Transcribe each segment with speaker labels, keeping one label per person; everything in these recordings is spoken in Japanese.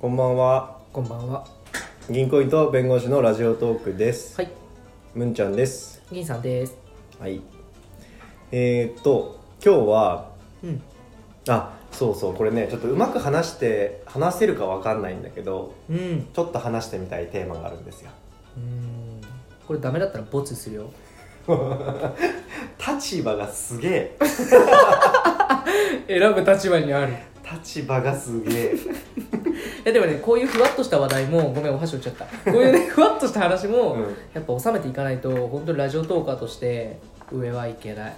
Speaker 1: こんばんは
Speaker 2: こんばんは。
Speaker 1: 銀行員と弁護士のラジオトークです、
Speaker 2: はい、
Speaker 1: むんちゃんです
Speaker 2: 銀さんです。
Speaker 1: はいえー、っと今日は
Speaker 2: うん、
Speaker 1: あそうそうこれねちょっとうまく話して話せるかわかんないんだけど
Speaker 2: うん、う
Speaker 1: ちょっと話してみたいテーマがあるんですよ
Speaker 2: ーん。これダメだったらボツするよ。
Speaker 1: 立場がすげえ
Speaker 2: 選ぶ立場にあ る。
Speaker 1: 立場がすげえ
Speaker 2: え、でもね、こういうふわっとした話題も、ごめん、お箸折っちゃ った。こういうね、ふわっとした話も、
Speaker 1: うん
Speaker 2: やっぱ収めていかないと、本当にラジオトーカーとして、上はいけない。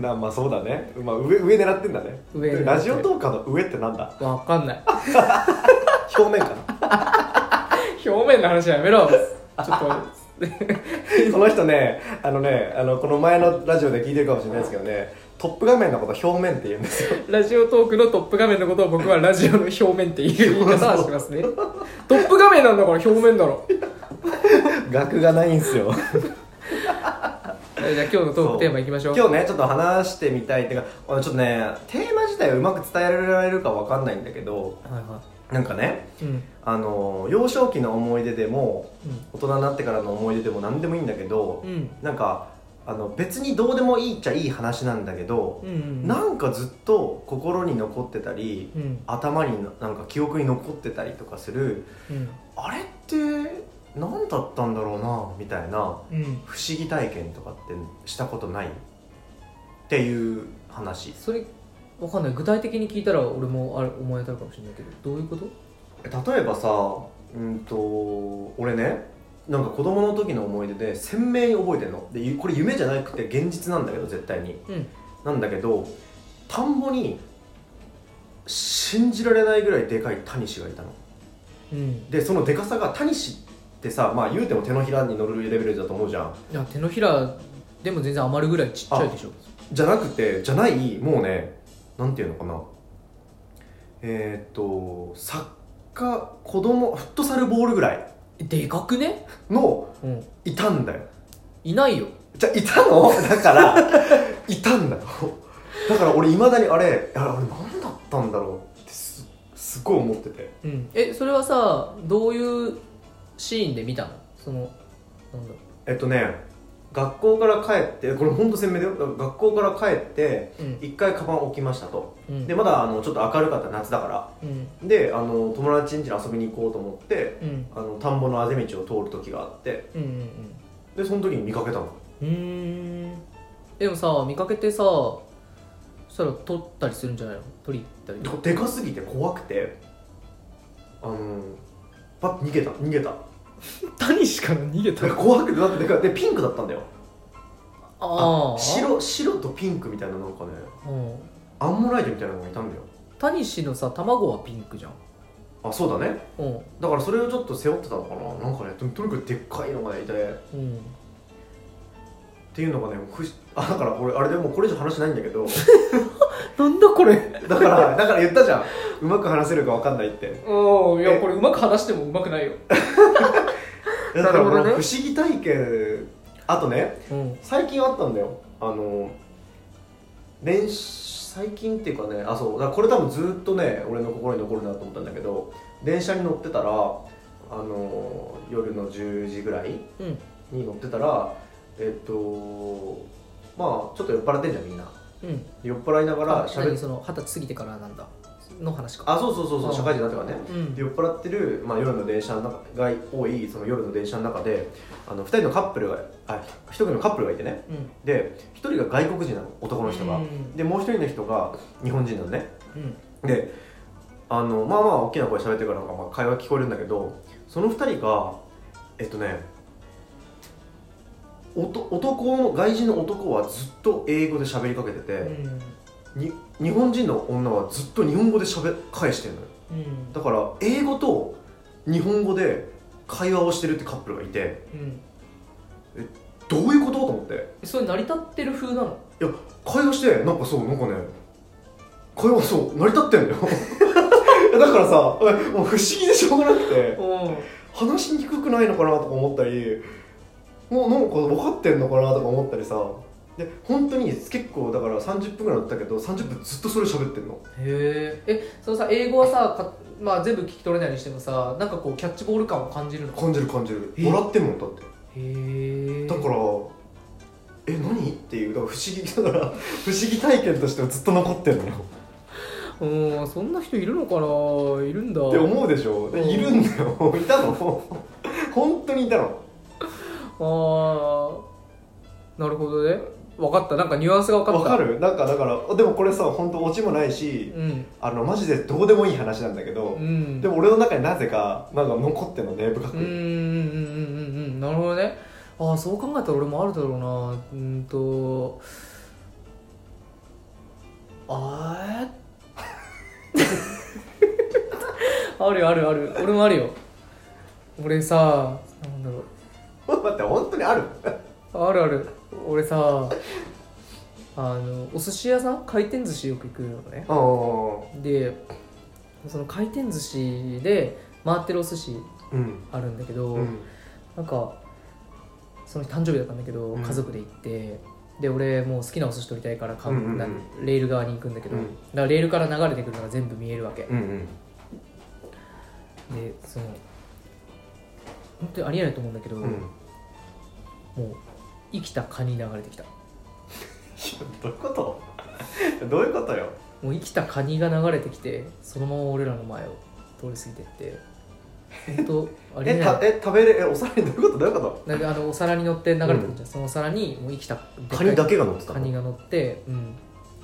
Speaker 1: なまあそうだね、まあ、上上狙ってんだね
Speaker 2: 上狙ってる
Speaker 1: ラジオトーカーの上ってなんだ
Speaker 2: わかんない。
Speaker 1: 表面かな
Speaker 2: 表面の話やめ ろ。ちょっと、
Speaker 1: この人ねあのねあのこの前のラジオで聞いてるかもしれないですけどねトップ画面のこと表面って言うんですよ
Speaker 2: ラジオトークのトップ画面のことを僕はラジオの表面っていう言い方はしますね。トップ画面なんだから表面だ ろ。
Speaker 1: 額がないんすよ
Speaker 2: はいじゃあ今日の トークテーマいきましょう。
Speaker 1: 今日ねちょっと話してみたいっていうかあのちょっとねテーマ自体をうまく伝えられるかわかんないんだけど
Speaker 2: はいは
Speaker 1: なんかね
Speaker 2: い。うん。
Speaker 1: あの幼少期の思い出でも
Speaker 2: うん。
Speaker 1: 大人になってからの思い出でも何でもいいんだけど、
Speaker 2: うん
Speaker 1: なんかあの別にどうでもいいっちゃいい話なんだけど
Speaker 2: う、ん
Speaker 1: なんかずっと心に残ってたり、
Speaker 2: うん
Speaker 1: 頭になんか記憶に残ってたりとかする
Speaker 2: うん
Speaker 1: あれって何だったんだろうなみたいな
Speaker 2: うん
Speaker 1: 不思議体験とかってしたことないっていう話
Speaker 2: それわかんない具体的に聞いたら俺もあれ思い当たるかもしれないけどどういうこと
Speaker 1: 例えばさうんと俺ねなんか子供の時の思い出で鮮明に覚えてんのでゆこれ夢じゃなくて現実なんだけど絶対に
Speaker 2: うん
Speaker 1: なんだけど田んぼに信じられないぐらいでかいタニシがいたの
Speaker 2: うん
Speaker 1: でそのでかさがタニシってさまあ言うても手のひらに乗るレベルだと思うじゃん
Speaker 2: いや手のひらでも全然余るぐらいちっちゃいでしょ
Speaker 1: じゃなくてじゃないもうねなんていうのかなえーっとサッカー子供フットサルボールぐらい
Speaker 2: でかくね
Speaker 1: の
Speaker 2: うん
Speaker 1: いたんだよ
Speaker 2: いないよ
Speaker 1: じゃいたのだからいたんだよだから俺いまだにあれあれあれ何だったんだろうってすすごい思ってて
Speaker 2: うんえそれはさどういうシーンで見たのそのなんだ
Speaker 1: えっとね学校から帰ってこれほんと鮮明だよ学校から帰って
Speaker 2: うん
Speaker 1: 一回カバン置きましたと
Speaker 2: うん
Speaker 1: でまだあのちょっと明るかった夏だから
Speaker 2: うん
Speaker 1: であの友達ん家に遊びに行こうと思って
Speaker 2: うん
Speaker 1: あの田んぼのあぜ道を通る時があって
Speaker 2: うんうん
Speaker 1: でその時に見かけたの
Speaker 2: うんうーんでもさ見かけてさそしたら取ったりするんじゃないの取り行ったり
Speaker 1: でかすぎて怖くてあのパッと逃げた逃げた
Speaker 2: 谷しか逃げ
Speaker 1: 怖くてだってでかいでピンクだったんだよ
Speaker 2: ああ
Speaker 1: 白白とピンクみたいななんかね
Speaker 2: うん
Speaker 1: アンモナイトみたいなのがいたんだよ
Speaker 2: タニシのさ卵はピンクじゃん
Speaker 1: あそうだね
Speaker 2: うん
Speaker 1: だからそれをちょっと背負ってたのかななんかねととにかくでっかいのがねいてっ
Speaker 2: うん
Speaker 1: ていうのがねふしあだから俺あれでもうこれ以上話しないんだけど
Speaker 2: なんだこれ
Speaker 1: だからだから言ったじゃんうまく話せるか分かんないって
Speaker 2: うんい
Speaker 1: や
Speaker 2: や
Speaker 1: こ
Speaker 2: これうまく話してもうまくないよ
Speaker 1: だからこの不
Speaker 2: なるほどね
Speaker 1: 思議体験あとね
Speaker 2: うん
Speaker 1: 最近あったんだよあの練習最近っていうかねあそうだからこれ多分ずっとね俺の心に残るなと思ったんだけど電車に乗ってたらあの夜の10時ぐらい
Speaker 2: うん
Speaker 1: に乗ってたらえっとまあちょっと酔っ払ってんじゃんみんな
Speaker 2: うん
Speaker 1: 酔っ払いながら
Speaker 2: あ
Speaker 1: しゃべ
Speaker 2: 何
Speaker 1: っ
Speaker 2: その二十歳過ぎてからなんだの話か
Speaker 1: あそうそうそうそう
Speaker 2: あ
Speaker 1: 社会人になってからね
Speaker 2: う
Speaker 1: で
Speaker 2: ん
Speaker 1: 酔っ払ってる、まあ、夜の電車の中が多いその夜の電車の中であの2人のカップルがあ1組のカップルがいてね
Speaker 2: うん
Speaker 1: で1人が外国人なの男の人が、
Speaker 2: うん
Speaker 1: でもう1人の人が日本人なのね
Speaker 2: うん
Speaker 1: であのまあまあ大きな声喋ってるからなんかまあ会話聞こえるんだけどその2人がえっとねおと男の外人の男はずっと英語で喋りかけて
Speaker 2: う
Speaker 1: て、
Speaker 2: ん
Speaker 1: に日本人の女はずっと日本語で喋返してるのよ
Speaker 2: うん
Speaker 1: だから英語と日本語で会話をしてるってカップルがいて
Speaker 2: うん
Speaker 1: どういうことと思って
Speaker 2: それ成り立ってる風なの
Speaker 1: いや会話してなんかそうなんかね会話そう成り立ってんだよ いやだからさえもう不思議でしょうがなくて
Speaker 2: う
Speaker 1: 話しにくくないのかなとか思ったりもうなんか分かってんのかなとか思ったりさで本当に結構だから30分ぐらい乗ったけど30分ずっとそれ喋ってんの
Speaker 2: へええそのさ英語はさか、まあ、全部聞き取れないにしてもさなんかこうキャッチボール感を感じるの
Speaker 1: 感じる感じる
Speaker 2: え
Speaker 1: もらってんもんだって
Speaker 2: へえ
Speaker 1: だからえ何っていうだから不思議 だから不思議体験としてはずっと残ってんのよ
Speaker 2: うんそんな人いるのかないるんだ
Speaker 1: って思うでしょ
Speaker 2: うん
Speaker 1: でいるんだよいたの 本当にいたの
Speaker 2: ああなるほどね分かったなんかニュアンスが分かった
Speaker 1: わかるなんかだからでもこれさ本当オチもないし
Speaker 2: うん
Speaker 1: あのマジでどうでもいい話なんだけ
Speaker 2: う
Speaker 1: ど、
Speaker 2: ん
Speaker 1: でも俺の中になぜかなんか残ってんのね深
Speaker 2: う
Speaker 1: く、
Speaker 2: んうんうんうんうんなるほどねああそう考えたら俺もあるだろうなうんとあーあるよあるよある俺もあるよ俺さなんだろう
Speaker 1: 待って本当にある
Speaker 2: あるある俺さあのお寿司屋さん回転寿司よく行くのね
Speaker 1: ああ
Speaker 2: でその回転寿司で回ってるお寿司
Speaker 1: うん
Speaker 2: あるんだけど、
Speaker 1: うん
Speaker 2: なんかその日誕生日だったんだけど、
Speaker 1: うん
Speaker 2: 家族で行ってで俺もう好きなお寿司取りたいから買う、
Speaker 1: うんうんうん
Speaker 2: なレール側に行くんだけど、
Speaker 1: うん
Speaker 2: だからレールから流れてくるのが全部見えるわけ、
Speaker 1: うんうん
Speaker 2: でその本当にありえないと思うんだけど、
Speaker 1: うんいや
Speaker 2: もう生きたカニ流れてきた
Speaker 1: どういうこと どういうことよ
Speaker 2: もう生きたカニが流れてきてそのまま俺らの前を通り過ぎてって本当ありえ
Speaker 1: え
Speaker 2: ない
Speaker 1: たえ食べれえお皿にどういうことどういうこ
Speaker 2: なんかあのお皿に乗って流れてくるじゃん、そのお皿にもう生きた
Speaker 1: とカニだ
Speaker 2: け
Speaker 1: けが乗ってた
Speaker 2: カニが乗って、うん、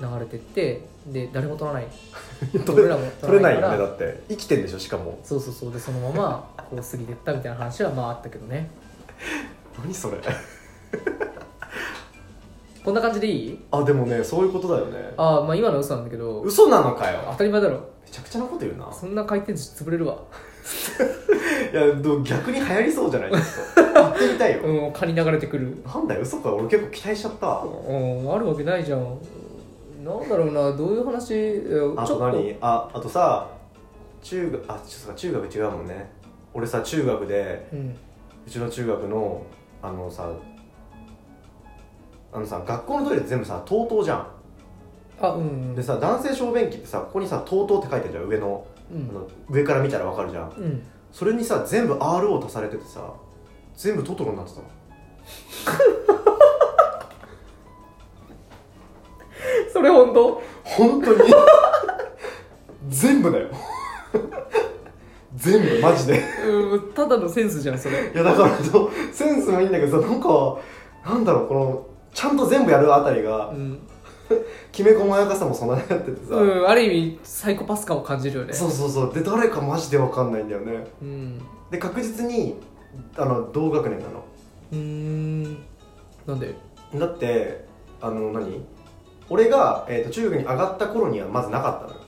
Speaker 2: 流れてってで誰も取らない
Speaker 1: 取れ
Speaker 2: らも
Speaker 1: 取れない
Speaker 2: か
Speaker 1: よね
Speaker 2: ら
Speaker 1: だって生きてんでしょしかも
Speaker 2: そうそうそうでそのままこう過ぎてったみたいな話はまああったけど ね
Speaker 1: 何それ
Speaker 2: こんな感じでいい
Speaker 1: あでもねそういうことだよね
Speaker 2: ああまあ今のは嘘なんだけど
Speaker 1: 嘘なのか
Speaker 2: 当
Speaker 1: よ
Speaker 2: たり前だろ
Speaker 1: めちゃくちゃなこと言うな
Speaker 2: そんな回転寿司潰れるわ
Speaker 1: いやでも逆に流行りそうじゃないですかやってみたいよ
Speaker 2: うんカニ流れてくる
Speaker 1: なんだよ嘘か俺結構期待しちゃった
Speaker 2: うん、あるわけないじゃん。なんだろうな、どういう話、えちょ
Speaker 1: あ
Speaker 2: っ
Speaker 1: と
Speaker 2: と。
Speaker 1: 何ああとさ中学あちょっとさ中学違うもんね俺さ中学で
Speaker 2: うん、
Speaker 1: うちの中学のあのさあのさ学校のトイレって全部さ TOTO じゃん
Speaker 2: あ、うん、
Speaker 1: でさ男性小便器ってさここにさ TOTO って書いてあるじゃん上の,、
Speaker 2: う
Speaker 1: あ
Speaker 2: ん、
Speaker 1: の上から見たらわかるじゃん
Speaker 2: うん、
Speaker 1: それにさ全部 RO 足されててさ全部トトロになってたの
Speaker 2: それ本当。
Speaker 1: 本当に全部だよ全部マジで
Speaker 2: うん、ただのセンスじゃん、それ。
Speaker 1: いやだからそうセンスもいいんだけどさなんかなんだろうこのちゃんと全部やるあたり
Speaker 2: う
Speaker 1: が
Speaker 2: ん、
Speaker 1: きめ細やかさも備え合っててさ、
Speaker 2: うん、ある意味、サイコパス感を感じるよね。
Speaker 1: そうそうそうで誰かマジでわかんないんだよね
Speaker 2: うん、
Speaker 1: で確実にあの同学年なの
Speaker 2: うーん、なんで。
Speaker 1: だってあの何俺が、えー、と中学に上がった頃にはまずなかったのよ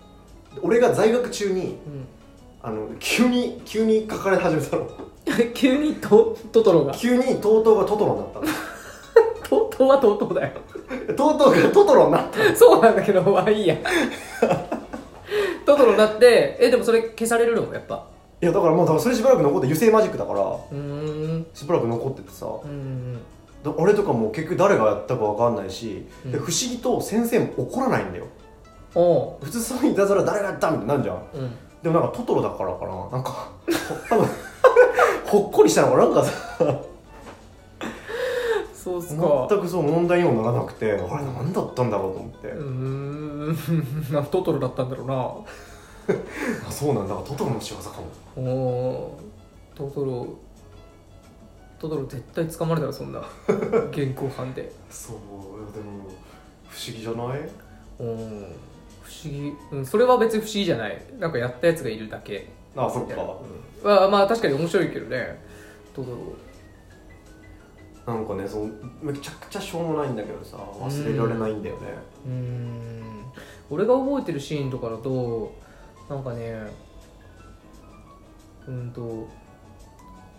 Speaker 1: で俺が在学中に
Speaker 2: うん、
Speaker 1: あの急に急に書かれ始めたの
Speaker 2: 急にトトトロが。
Speaker 1: 急に TOTO がトトロになっ
Speaker 2: トトはトトだよ。
Speaker 1: たの TOTO がトトロになった
Speaker 2: そうなんだけど、まあ、いい や。トトロになって、え、でも、それ消されるの、やっぱ。
Speaker 1: いやだからもうだからそれしばらく残って油性マジックだから
Speaker 2: うーん、
Speaker 1: しばらく残っててさ
Speaker 2: うん、うん、
Speaker 1: だあれとかも結局誰がやったかわかんないし、
Speaker 2: うん
Speaker 1: で不思議と先生も怒らないんだよ
Speaker 2: おう、
Speaker 1: 普通そういういたずら誰がやったみたいになるじゃん
Speaker 2: うん。
Speaker 1: でもなんかトトロだからかななんか多分ほっこりしたのがなんかさ
Speaker 2: そうっすか。
Speaker 1: 全くそう問題にもならなくてあれ何だったんだろうと思って、
Speaker 2: うーんトトロだったんだろう
Speaker 1: あそうなんだだからトトロの仕業かも
Speaker 2: なおートトロトトロ絶対捕まるだろそ んな現行犯で
Speaker 1: そういやでも不思議じゃない
Speaker 2: おー不思議、うん、それは別に不思議じゃないなんかやったやつがいるだけ
Speaker 1: あそっ
Speaker 2: みた
Speaker 1: か
Speaker 2: いなうんまあまあ確かに面白いけどねトトロ
Speaker 1: なんかねそのめちゃくちゃしょうもないんだけどさ忘れられないんだよね
Speaker 2: うーん俺が覚えてるシーンとかだとなんかねうんと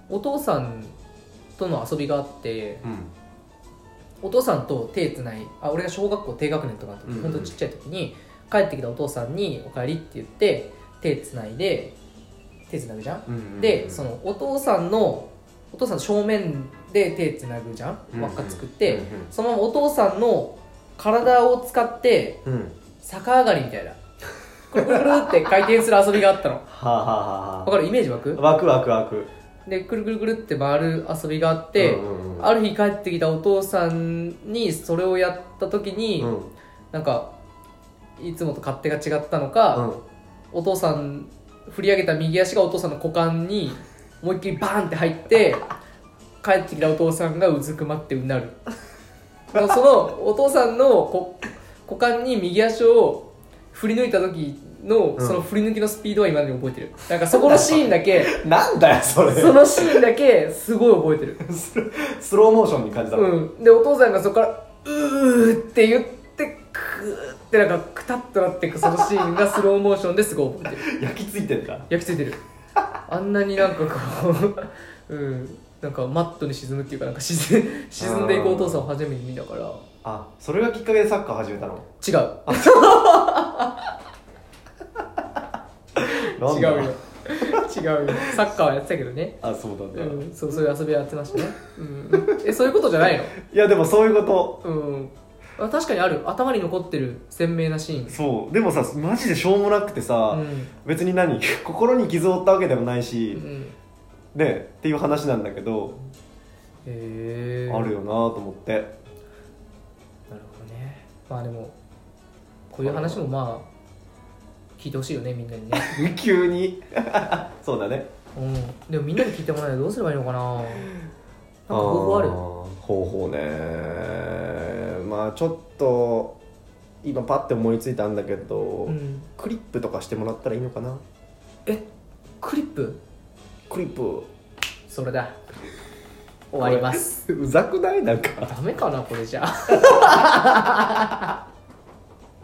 Speaker 2: お父さんとの遊びがあって
Speaker 1: うん
Speaker 2: お父さんと手つないあ俺が小学校低学年とかの時、
Speaker 1: うんうん
Speaker 2: ほんとちっちゃい時に帰ってきたお父さんに「おかえり」って言って手つないで手つなぐじゃん、
Speaker 1: うんうんうん
Speaker 2: でそのお父さんのお父さん正面で手つなぐじゃん輪っか作って、
Speaker 1: うん
Speaker 2: そのままお父さんの体を使って
Speaker 1: うんうん
Speaker 2: 逆上がりみたいなくるくるくるって回転する遊びがあったの
Speaker 1: はあは あはあ
Speaker 2: わかるイメージ湧く
Speaker 1: ワクワクワク
Speaker 2: でくるくるくるって回る遊びがあって、
Speaker 1: うんうんうん
Speaker 2: ある日帰ってきたお父さんにそれをやった時に、
Speaker 1: うん
Speaker 2: なんかいつもと勝手が違ったのか、
Speaker 1: うん
Speaker 2: お父さん振り上げた右足がお父さんの股間に思いっきりバーンって入って帰ってきたお父さんがうずくまってうなるそのお父さんのこ股間に右足を振り抜いた時の
Speaker 1: うん
Speaker 2: その振り抜きのスピードは今までに覚えてる、なんかそこのシーンだ け
Speaker 1: なんだよそれ
Speaker 2: そのシーンだけすごい覚えてる
Speaker 1: スローモーションに感じたの、
Speaker 2: うんでお父さんがそこから「うー」って言ってクーってなんかクタッとなってくそのシーンがスローモーションですごい覚えてる
Speaker 1: 焼き付いてんだ
Speaker 2: 焼き付いてるあんなになんかこう うんなんかマットに沈むっていうかなんか沈沈んでいくお父さんを初めて見たから
Speaker 1: あそれがきっかけでサッカー始めたの
Speaker 2: 違う
Speaker 1: なん
Speaker 2: 違
Speaker 1: だ
Speaker 2: うよ 違うよサッカーはやってたけどね
Speaker 1: あそうなんだ、
Speaker 2: うん、そうそういう遊びやってましたね、うん、えそういうことじゃない
Speaker 1: いやでもそういうこと
Speaker 2: のうんあ確かにある頭に残ってる鮮明なシーン
Speaker 1: そうでもさマジでしょうもなくてさ、
Speaker 2: うん
Speaker 1: 別に何 心に傷を負ったわけでもないうし、
Speaker 2: ん
Speaker 1: ねっていう話なんだけど、
Speaker 2: へえ
Speaker 1: あるよなと思って
Speaker 2: なるほどねまあでもこういう話もまあ聞いてほしいよねみんなにね
Speaker 1: 急にそうだね
Speaker 2: うんでもみんなに聞いてもらえないどうすればいいのかななんか方法ある
Speaker 1: ー方法ねまあちょっと今パッて思いついたんだけど、
Speaker 2: うん
Speaker 1: クリップとかしてもらったらいいのかな
Speaker 2: えクリップ
Speaker 1: クリップ
Speaker 2: それだ終わりま す
Speaker 1: うざくないなんか
Speaker 2: ダメかなこれじゃあ